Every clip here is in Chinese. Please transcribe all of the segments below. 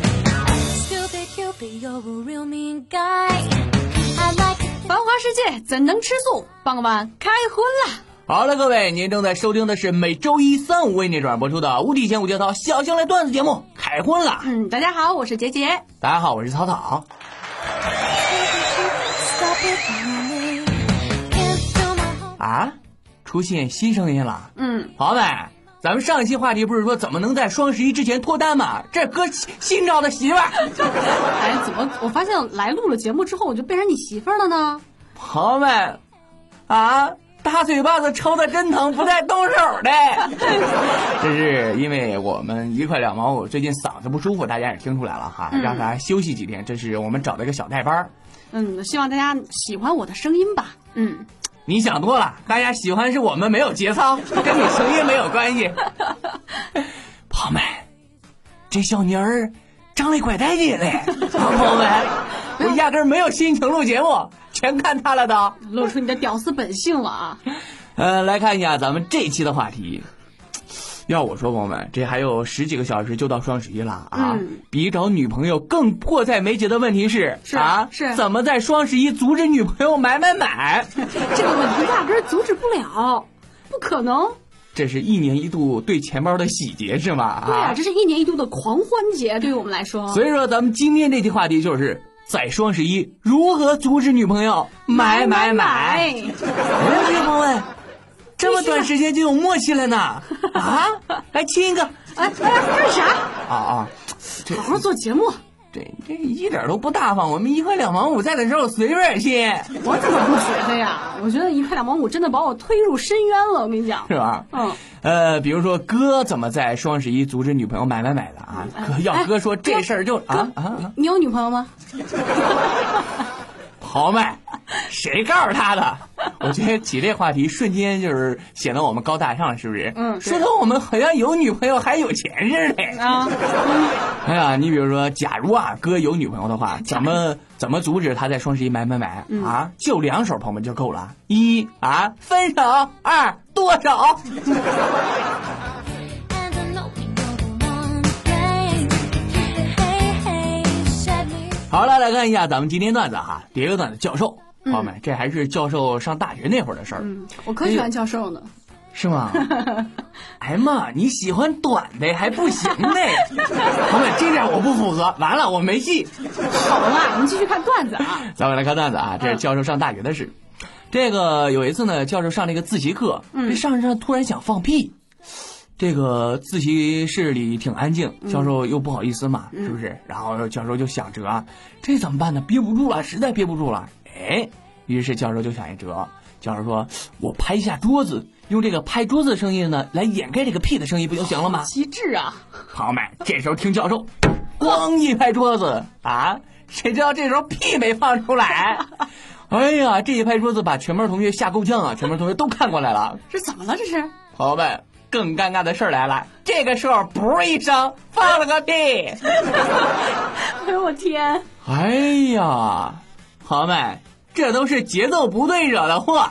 Stupid Cupid, you're a real mean guy. I like it. 繁华世界怎能吃素？傍晚开荤啦！好了，各位，您正在收听的是每周一、三、五为您转播出的《无底线五节操小将来段子》节目，开荤了！嗯，大家好，我是杰杰。大家好，我是草草。 Stupid Cupid, stop it on me. Can't feel my heart. 啊，出现新声音了。嗯，朋友们，咱们上一期话题不是说怎么能在双十一之前脱单吗？这哥新新找的媳妇儿。哎，怎么我发现来录了节目之后，我就变成你媳妇儿了呢？朋友们，啊，大嘴巴子抽的真疼，不带动手的。这是因为我们一块两毛五最近嗓子不舒服，大家也听出来了哈，让大家休息几天。这是我们找的一个小代班儿。嗯，希望大家喜欢我的声音吧。嗯，你想多了，大家喜欢是我们没有节操，跟你声音没有 关系。朋友们，这小妮儿张力怪带劲嘞！朋友们， 我压根儿没有心情录节目，全看她了都。露出你的屌丝本性了啊！呃，来看一下咱们这一期的话题。要我说，朋友们，这还有十几个小时就到双十一了啊！嗯比找女朋友更迫在眉睫的问题是是啊，是怎么在双十一阻止女朋友买买买？这个问题压根儿阻止不了，不可能。这是一年一度对钱包的洗劫是吗？啊对啊，这是一年一度的狂欢节，对于我们来说。所以说，咱们今天这期话题就是在双十一如何阻止女朋友买买买。哎，朋友们，这么短时间就有默契 了呢？啊，来亲一个！哎哎，干啥？啊啊，这好好做节目，这这一点都不大方，我们一块两毛五在的时候随便亲，我怎么不觉得呀？我觉得一块两毛五真的把我推入深渊了，我跟你讲。是吧？嗯，呃，比如说哥怎么在双十一阻止女朋友买买买的啊？哥要哥说这事儿就啊啊啊，你有女朋友吗？豪迈， 谁告诉他的？ 我觉得起这话题瞬间就是显得我们高大上，是不是？嗯说成我们好像有女朋友还有钱似的。啊， 哎呀，你比如说，假如啊哥有女朋友的话，怎么怎么阻止他在双十一买买买、嗯啊？就两手，朋友们就够了。一啊，分手；二剁 手。 And I know we go one thing. Hey, hey, sadly. 好了，来看一下咱们今天段子哈，第一个段子，教授。嗯朋友们，这还是教授上大学那会儿的事儿，我可喜欢教授呢。是吗？哎妈，你喜欢短的还不行呢？朋友们，这点我不符合，完了我没戏。好了，我们继续看段子啊。 咱们来看段子啊，这是教授上大学的事。这个有一次呢，教授上了一个自习课，这上着上着突然想放屁。这个自习室里挺安静，教授又不好意思嘛，是不是？然后教授就想着啊，这怎么办呢？憋不住了，实在憋不住了。哎，于是教授就想一辙，教授说：“我拍一下桌子，用这个拍桌子的声音呢，来掩盖这个屁的声音，不就行了吗？”极致啊！朋友们，这时候听教授，咣一拍桌子啊！谁知道这时候屁没放出来，哎呀，这一拍桌子把全班同学吓够呛啊！全班同学都看过来了。这怎么了？这是？朋友们，更尴尬的事儿来了，这个时候噗一声放了个屁，哎呦我天！哎呀，朋友们，这都是节奏不对惹的祸。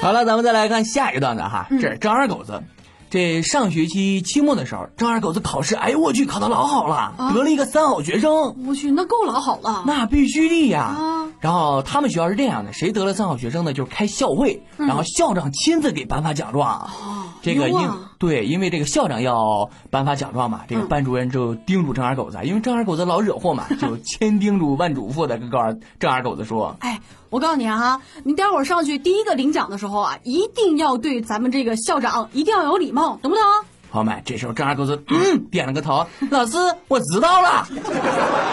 好了，咱们再来看下一个段子哈，这是张二狗子。这上学期期末的时候，张二狗子考试，哎呦我去，考得老好了，得了一个三好学生，我去，那够老好了。那必须的呀。啊然后他们学校是这样的，谁得了三好学生呢，就是开校会，然后校长亲自给颁发奖状。这个因哟嗯啊嗯对，因为这个校长要颁发奖状嘛，这个班主任就叮嘱张二狗子，因为张二狗子老惹 祸嘛，就千叮嘱万嘱咐的跟告诉张二狗子说，哎，我告诉你啊，你待会儿上去第一个领奖的时候啊，一定要对咱们这个校长一定要有礼貌，懂不懂？朋友们，这时候张二狗子嗯点了个头，老师我知道了。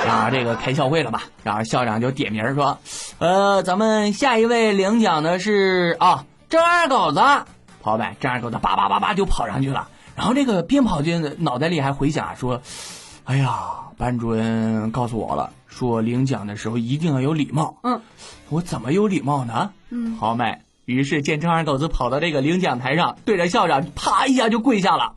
然后这个开校会了嘛，然后校长就点名说，呃，咱们下一位领奖的是啊张二狗子，朋友们，张二狗子叭叭叭叭就跑上去了，然后这个边跑就脑袋里还回想说，哎呀，班主任告诉我了，说领奖的时候一定要有礼貌。嗯，我怎么有礼貌呢？嗯，好美。于是见张二狗子跑到这个领奖台上，对着校长啪一下就跪下了，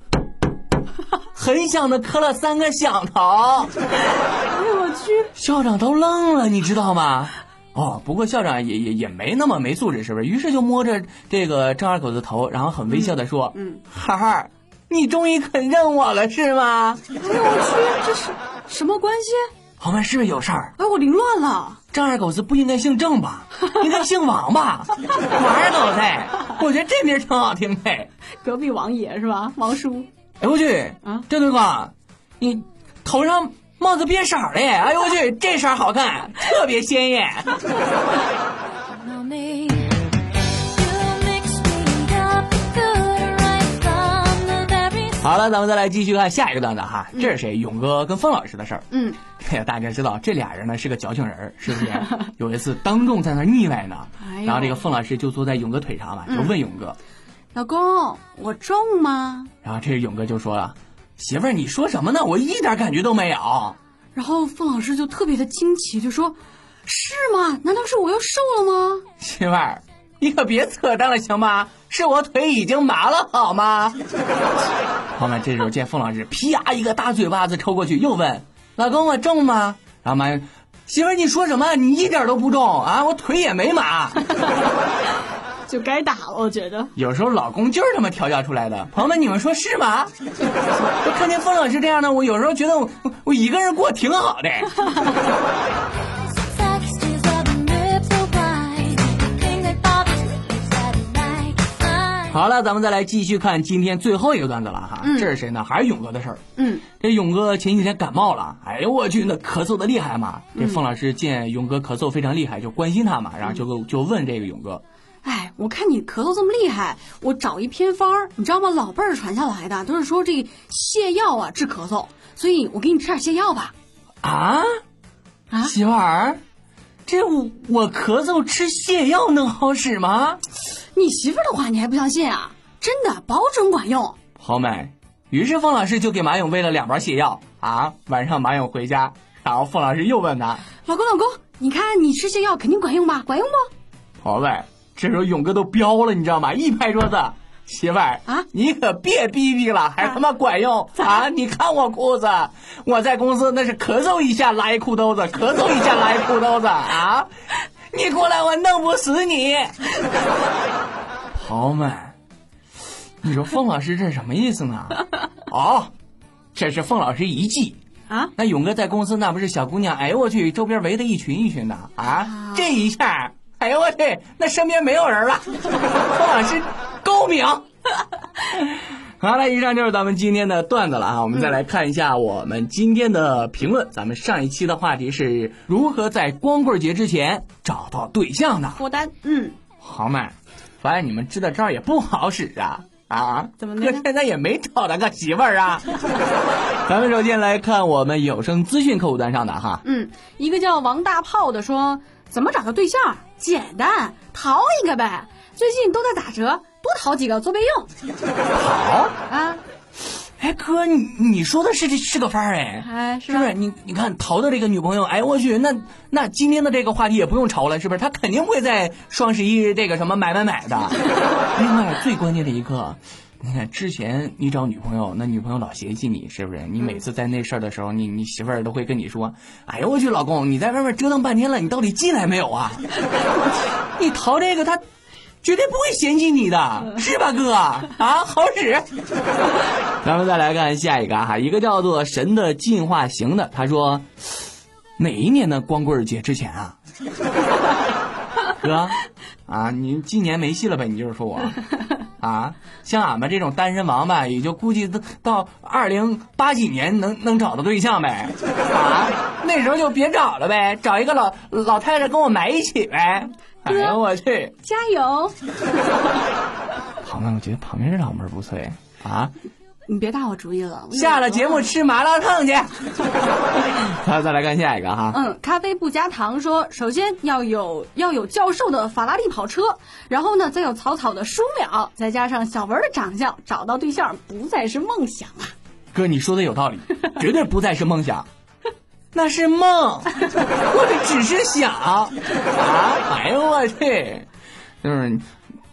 很响的磕了三个响头，哎呦我去！校长都愣了，你知道吗？哦，不过校长也也也没那么没素质，是不是？于是就摸着这个张二狗的头，然后很微笑的说：“嗯嗯孩儿，你终于肯认我了，是吗？哎呦我去，这是什么关系？我们是有事儿。哎，我凌乱了。张二狗子不应该姓 郑吧？应该姓王吧？王二狗子，我觉得这名儿挺好听的。哎，隔壁王爷是吧？王叔，我去，啊这对吧？你头上帽子变色儿了耶！哎呦我去，这色儿好看，特别鲜艳。 Now me, you mix me up good right from the very 好了，咱们再来继续看下一个段子哈，这是谁？勇哥跟方老师的事儿。 嗯，哎呀，大家知道这俩人呢是个矫情人儿，是 不是？有一次当众在那儿腻歪呢哎，呦嗯然后这个凤老师就坐在勇哥腿上嘛，就问勇哥，老公，我中吗？然后这勇哥就说了：“媳妇儿，你说什么呢？我一点感觉都没有。然后凤老师就特别的惊奇，就说：“是吗？难道是我又瘦了吗媳妇儿，你可别扯淡了，行吗？是我腿已经麻了，好吗？” 朋友们，这时候见凤老师啪一个大嘴巴子抽过去，又问：“老公，我重吗？”然后妈，媳妇儿你说什么？你一点都不重啊，我腿也没麻。？” 就该打了，我觉得。有时候老公就是这么调教出来的，朋友们，你们说是吗？就看见风老师这样的，我有时候觉得我我我一个人过挺好的。 textures of the lips so wide, thing that bothers me is that it might find 好了，咱们再来继续看今天最后一个段子了哈，这是谁呢？还是勇哥的事儿。嗯，这勇哥前几天感冒了，哎呦我去，那咳嗽的厉害嘛。这凤老师见勇哥咳嗽非常厉害，就关心他嘛，然后就跟就问这个勇哥，哎，我看你咳嗽这么厉害，我找一偏方儿，你知道吗？老辈儿传下来的，都是说这泻药啊治咳嗽，所以我给你吃点泻药吧。啊，啊媳妇儿，这我我咳嗽吃泻药能好使吗？你媳妇儿的话你还不相信啊？真的，保准管用。好买。于是凤老师就给马勇喂了两包泻药啊。晚上马勇回家，然后凤老师又问他：“老公，老公，你看你吃泻药肯定管用吧？管用不？好买。”这时候勇哥都飙了，你知道吗？一拍桌子：“媳妇儿啊你可别逼逼了，还他妈管用啊！你看我裤子，我在公司那是咳嗽一下拉一裤兜子，咳嗽一下拉一裤兜子啊！你过来，我弄不死你。”好买。你说凤老师这是什么意思呢？哦，这是凤老师一计。啊，那勇哥在公司那不是小姑娘，哎呦我去，周边围的一群一群的啊！这一下，哎呦我去，那身边没有人了，方老师高明。 好了，以上就是咱们今天的段子了啊！我们再来看一下我们今天的评论。咱们上一期的话题是如何在光棍节之前找到对象的。脱单。嗯，好嘛，发现你们支的招儿也不好使啊啊！怎么的哥呢现在也没找到个媳妇儿啊。咱们首先来看我们有声资讯客户端上的哈，嗯，一个叫王大炮的说，怎么找个对象？简单，淘一个呗。最近都在打折，多淘几个做备用好， 啊。哎哥，你你说的是这是个法儿哎，哎，是不是？你你看淘的这个女朋友，哎我去，那那今天的这个话题也不用吵了，是不是？她肯定会在双十一这个什么买买买的。另外最关键的一个。你看，之前你找女朋友，那女朋友老嫌弃你，是不是？你每次在那事儿的时候，你你媳妇儿都会跟你说：“哎呦我去，老公，你在外面折腾半天了，你到底进来没有啊？” 你淘这个，她绝对不会嫌弃你的，是吧，哥？啊，好使。咱们再来看下一个哈，一个叫做“神的进化型”的，他说，哪一年的光棍节之前啊？哥，啊，你今年没戏了呗？你就是说我，啊，像俺们这种单身王八，也就估计到到二零八几年能能找到对象呗，啊，那时候就别找了呗，找一个老老太太跟我埋一起呗。哎呀，我去！加油！旁边我觉得旁边这老妹儿不错哎啊。你别打我主意了，我下了节目吃麻辣烫去。 好，再来看下一个哈。嗯，咖啡不加糖说，首先要有要有教授的法拉利跑车，然后呢，再有草草的书淼，再加上小文的长相，找到对象不再是梦想啊！ 哥，你说的有道 理，绝对不再是梦想， 那是梦， 我只是想啊！哎呦我去，就是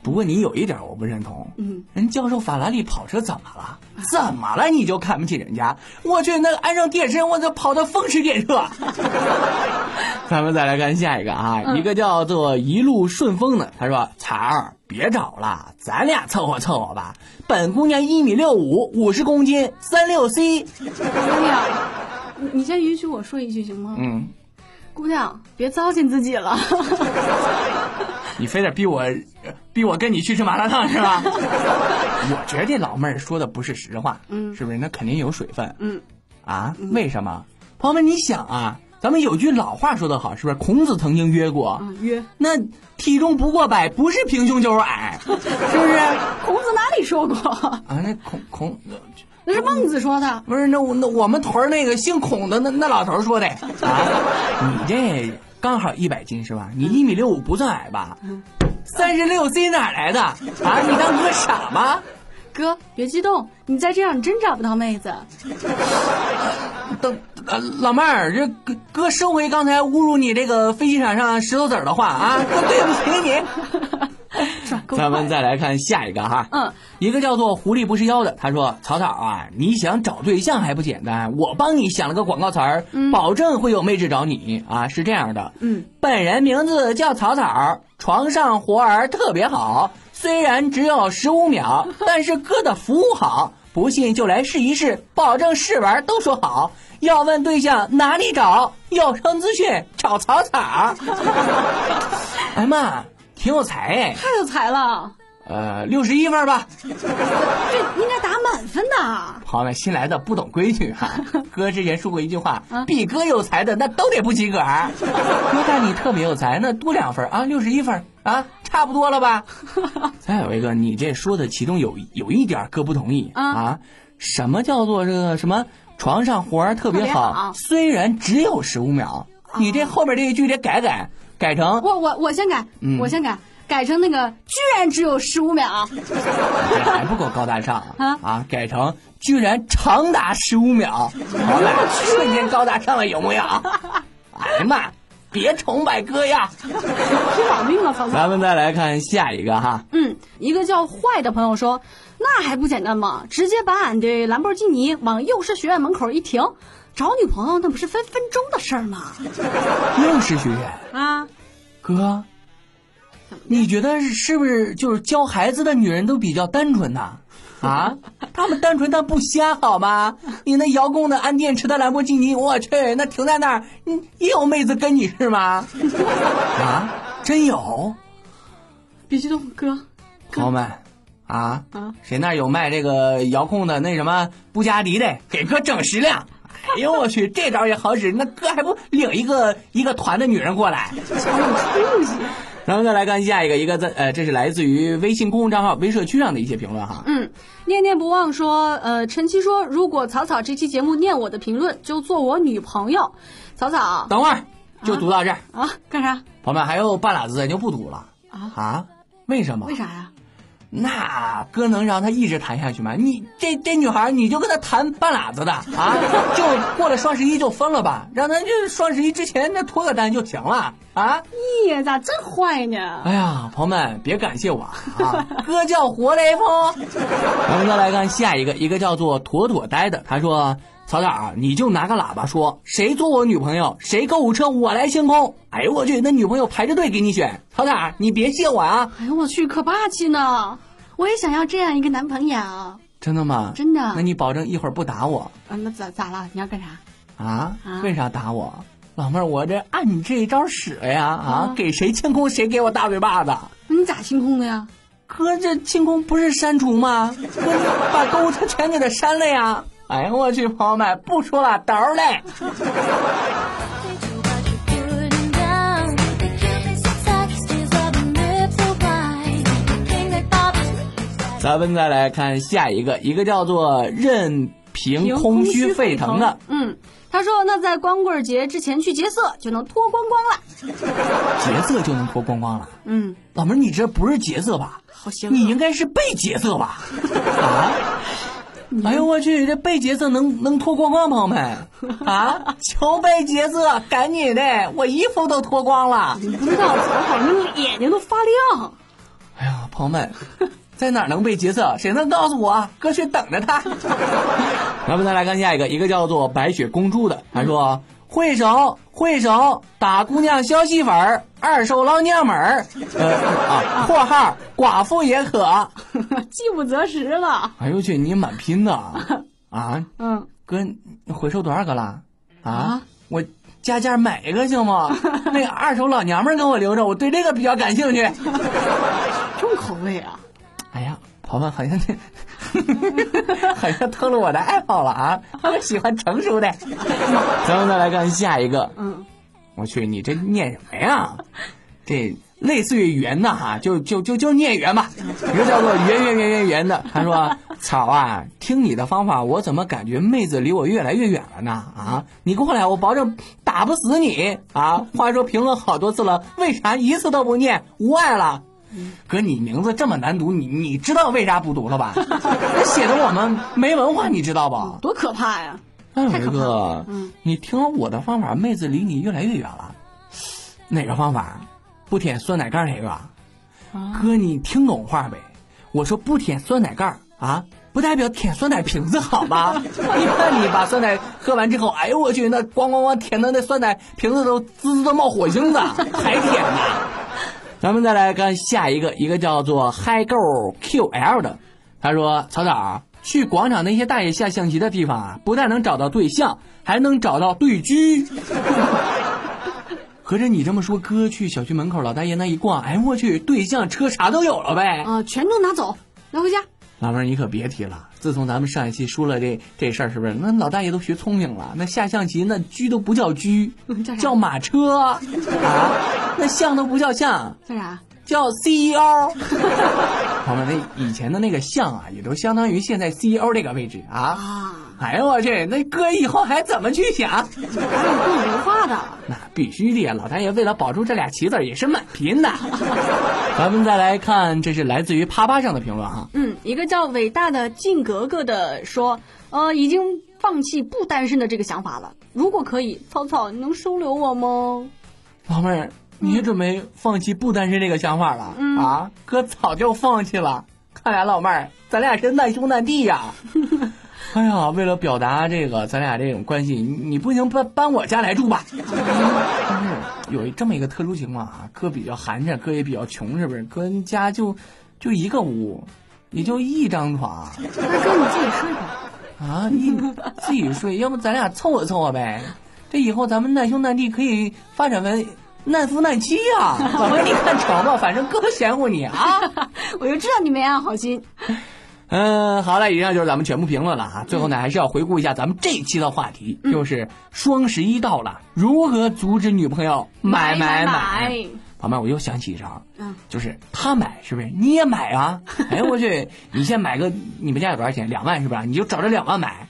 不过你有一点我不认同，嗯，人教授法拉利跑车怎么了？怎么了？你就看不起人家？我去，那安上电身，我就跑得风驰电掣。 咱们再来看下一个啊，一个叫做一路顺风的，他说：“彩儿，别找了，咱俩凑合凑合吧。本姑娘一米六五，五十公斤，三六 C。姑娘，你你先允许我说一句行吗？嗯，姑娘，别糟践自己了。你非得逼我，逼我跟你去吃麻辣烫 是吧？我觉得这老妹儿说的不是实话，嗯是不是？那肯定有水分。嗯，啊？为什么？朋友们，你想啊，咱们有句老话说得好，是不是？孔子曾经曰过，嗯，约。那体重不过百，不是平胸就是矮，是 不是？啊，孔子哪里说过？那孔孔呃那是孟子说的。不是那我那我们屯儿那个姓孔的那那老头儿说的啊，你这刚好一百斤是吧？你一米六五不算矮吧？三十六 C 哪来的啊？你当哥傻吗？哥，别激动，你再这样，你真找不到妹子。等呃老妹儿，这哥哥收回刚才侮辱你这个飞机场上石头子儿的话啊，哥对不起你。转够快咱们再来看下一个哈，嗯，一个叫做“狐狸不是妖”的，他说：“曹操啊，你想找对象还不简单？我帮你想了个广告词儿，保证会有妹子找你啊！是这样的，嗯，本人名字叫曹操，床上活儿特别好，虽然只有十 五秒，但是哥的服务好，不信就来试一试，保证试玩都说好。要问对象哪里找？有声资讯找曹 操。哎妈，挺有才哎。”太有才了，呃，六十一分吧。这应该打满分的。朋友们，新来的不懂规矩哈、 哥之前说过一句话啊，比哥有才的那都得不及格儿。 哥看你特别有才，那多两分儿啊，六十一分儿啊，差不多了 吧？再有一个，你这说的其中有有一点儿哥不同意啊什么叫做这个什么床上活儿特别特别好？好虽然只有十五秒，你这后面这一句得改改，改成我我我先改，嗯我先改，改成那个居然只有十五秒。还不够高大上啊啊！改成居然长达十五秒，好嘞，瞬间高大上了有木有？哎呀妈，别崇拜哥呀！你老命了，曹操。咱们再来看下一个哈，嗯，一个叫坏的朋友说，那还不简单吗？直接把俺的兰博基尼往幼师学院门口一停，找女朋友那不是分分钟的事儿吗？又是学员啊，哥，你觉得是不是就是教孩子的女人都比较单纯呐？啊，他们单纯但不瞎好吗？你那遥控的按电池的兰博基尼，我去，那停在那儿，嗯也有妹子跟你是吗？啊，真有。别激动，哥， 朋友们，啊啊，谁那儿有卖这个遥控的那什么布加迪的，给哥整十辆。 哎呦我去，这招也好使，那哥还不领一个一个团的女人过来？ 出息。咱们再来看下一个，一个在呃，这是来自于微信公众账号“微社区”上的一些评论哈。嗯，念念不忘说，呃，晨曦说，如果草草这期节目念我的评论，就做我女朋友。草草啊，等会儿就读到这儿，干啥？朋友们还有半拉字咱就不读了啊啊？为什么为？啥呀？那哥能让他一直谈下去吗？你这这女孩，你就跟他谈半拉子的啊，就过了双十一就分了吧，让他就是双十一之前那脱个单就行了啊！咦，哎咋真坏呢？哎呀，朋友们别感谢我啊，哥叫活雷锋。咱们再来看下一个，一个叫做妥妥呆的，他说：“曹导啊，你就拿个喇叭说，谁做我女朋友，谁购物车我来清空。”哎呦我去，那女朋友排着队给你选，曹导你别谢我啊！哎呦我去，可霸气呢！我也想要这样一个男朋友。啊，真的吗？真的那你保证一会儿不打我？那咋咋了？你要干啥？啊啊？为啥打我？老妹儿，我这按你这一招使了呀！啊啊，给谁清空谁给我大嘴巴子。你嗯咋清空的呀？哥，这清空不是删除吗？哥，你把购物车全给他删了呀！哎呀，我去，朋友们，不说了，倒儿嘞。咱们再来看下一个，一个叫做任凭空虚沸腾的。。嗯，他说那在光棍节之前去劫色就能脱光光了。劫色就能脱光光了。嗯，老妹儿，你这不是劫色吧？好邪恶。啊你应该是被劫色吧？啊！哎呦我去，这被劫色能能脱光光，朋友们啊！求被劫色，赶紧的，我衣服都脱光了。不知道曹操那个眼睛都发亮。哎呀，朋朋友们，在哪儿能背角色？谁能告诉我？歌曲等着他。咱们再来看下一个，一个叫做白雪公主的，他说：“会手会手打姑娘消息粉儿，二手捞娘们儿，呃啊，括号寡妇也可。”饥不择食了。哎呦我去，你满拼的啊！啊，嗯，哥，你回收多少个了？啊，啊我加价买一个行吗？那个二手老娘们儿给我留着，我对这个比较感兴趣。重口味啊！哎呀，跑跑好像那， 好像透露我的爱好了啊！我喜欢成熟的。咱们再来看下一个，嗯，我去，你这念什么呀？ 这类似于圆的哈，就就就就念圆吧。一个叫做圆圆圆圆圆的，他说：“ 草啊，听你的方法，我怎么感觉妹子离我越来越远了呢？啊，你过来，我保证打不死你啊！话说评论好多次了，为啥一次都不念？无爱了。”哥，你名字这么难读，你你知道为啥不读了吧？ 写的我们没文化，你知道吧？多可怕呀！哎，太伟可怕哥了，嗯你听了我的方法，妹子离你越来越远了。嗯哪个方法？不舔酸奶盖儿那个？啊哥，你听懂话没？我说不舔酸奶盖儿啊，不代表舔酸奶瓶子好吧？ 你看你把酸奶喝完之后，哎呦我去，那咣咣咣舔的那酸奶瓶子都滋滋的冒火星子，还舔呢。咱们再来看下一个，一个叫做嗨购 QL 的，他说：“草草，去广场那些大爷下象棋的地方啊，不但能找到对象，还能找到对狙。 合着你这么说，哥去小区门口老大爷那一逛，哎我去，对象车啥都有了呗。啊、全都拿走，拿回家。老妹儿，你可别提了，自从咱们上一期说了这这事儿，是不是？那老大爷都学聪明了，那下象棋那车都不叫车嗯 叫啥，叫马车啊，那象都不叫象。”干啥？叫 E CEO。朋友们，那以前的那个像啊，也都相当于现在 CEO 这个位置啊。啊，哎呦我去，那哥以后还怎么去想？还有更文化的。那必须的呀，老大爷为了保住这俩棋子儿也是蛮拼的。 咱们再来看，这是来自于啪啪上的评论哈、嗯，一个叫伟大的靖格格的说，呃，已经放弃不单身的这个想法了。如果可以，草草，你能收留我吗？老妹儿，你也准备放弃不单身这个想法了、嗯啊？哥早就放弃了，看来老妹儿，咱俩是难兄难 弟呀。哎呀，为了表达这个咱俩这种关系，你你不行搬搬我家来住吧？ 但是有这么一个特殊情况啊，哥比较寒碜，哥也比较穷，是不是？哥家就就一个屋，也就一张床那哥你自己睡吧。啊，你自己睡，要不咱俩凑合凑合呗。这以后咱们难兄难弟可以发展为难夫难妻呀、 啊。老妹，你看床吧，反正哥嫌乎你啊。我就知道你没安好心。嗯，好了，以上就是咱们全部评论了啊。最后呢，还是要回顾一下咱们这一期的话题，就是双十一到了，如何阻止女朋友买买买？朋友们，我又想起一招，嗯，就是他买是不是你也买 啊？哎，我去，你先买个，你们家有多少钱？两万是不是？你就找这两万买，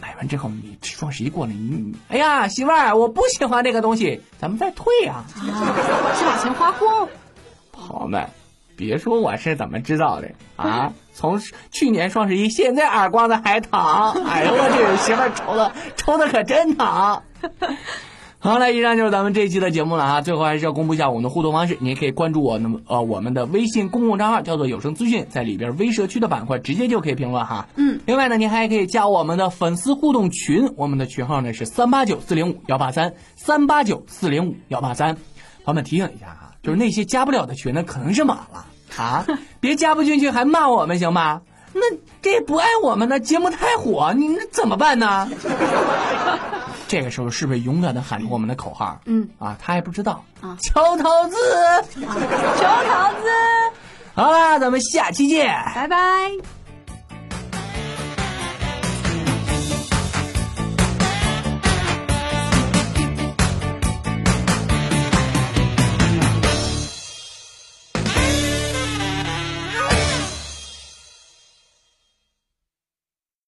买完之后你双十一过了，你你哎呀，媳妇儿，我不喜欢这个东西，咱们再退啊。啊，先把钱花光。朋友们，别说我是怎么知道的啊！从去年双十一，现在耳光子还疼。哎呦我去，媳妇儿抽的抽的可真疼。好了，以上就是咱们这一期的节目了啊！最后还是要公布一下我们的互动方式，你也可以关注我那么呃我们的微信公共账号叫做有声资讯，在里边微社区的板块直接就可以评论哈。嗯，另外呢，您还可以加我们的粉丝互动群，我们的群号呢是三八九四零五幺八三三八九四零五幺八三。朋友们提醒一下啊，就是那些加不了的群呢，可能是满了啊，别加不进去还骂我们行吗？那这不爱我们呢，节目太火，你那怎么办呢？这个时候是不是勇敢的喊出我们的口号？嗯啊，他还不知道 啊敲桃子。求桃子，好啦，咱们下期见。拜拜。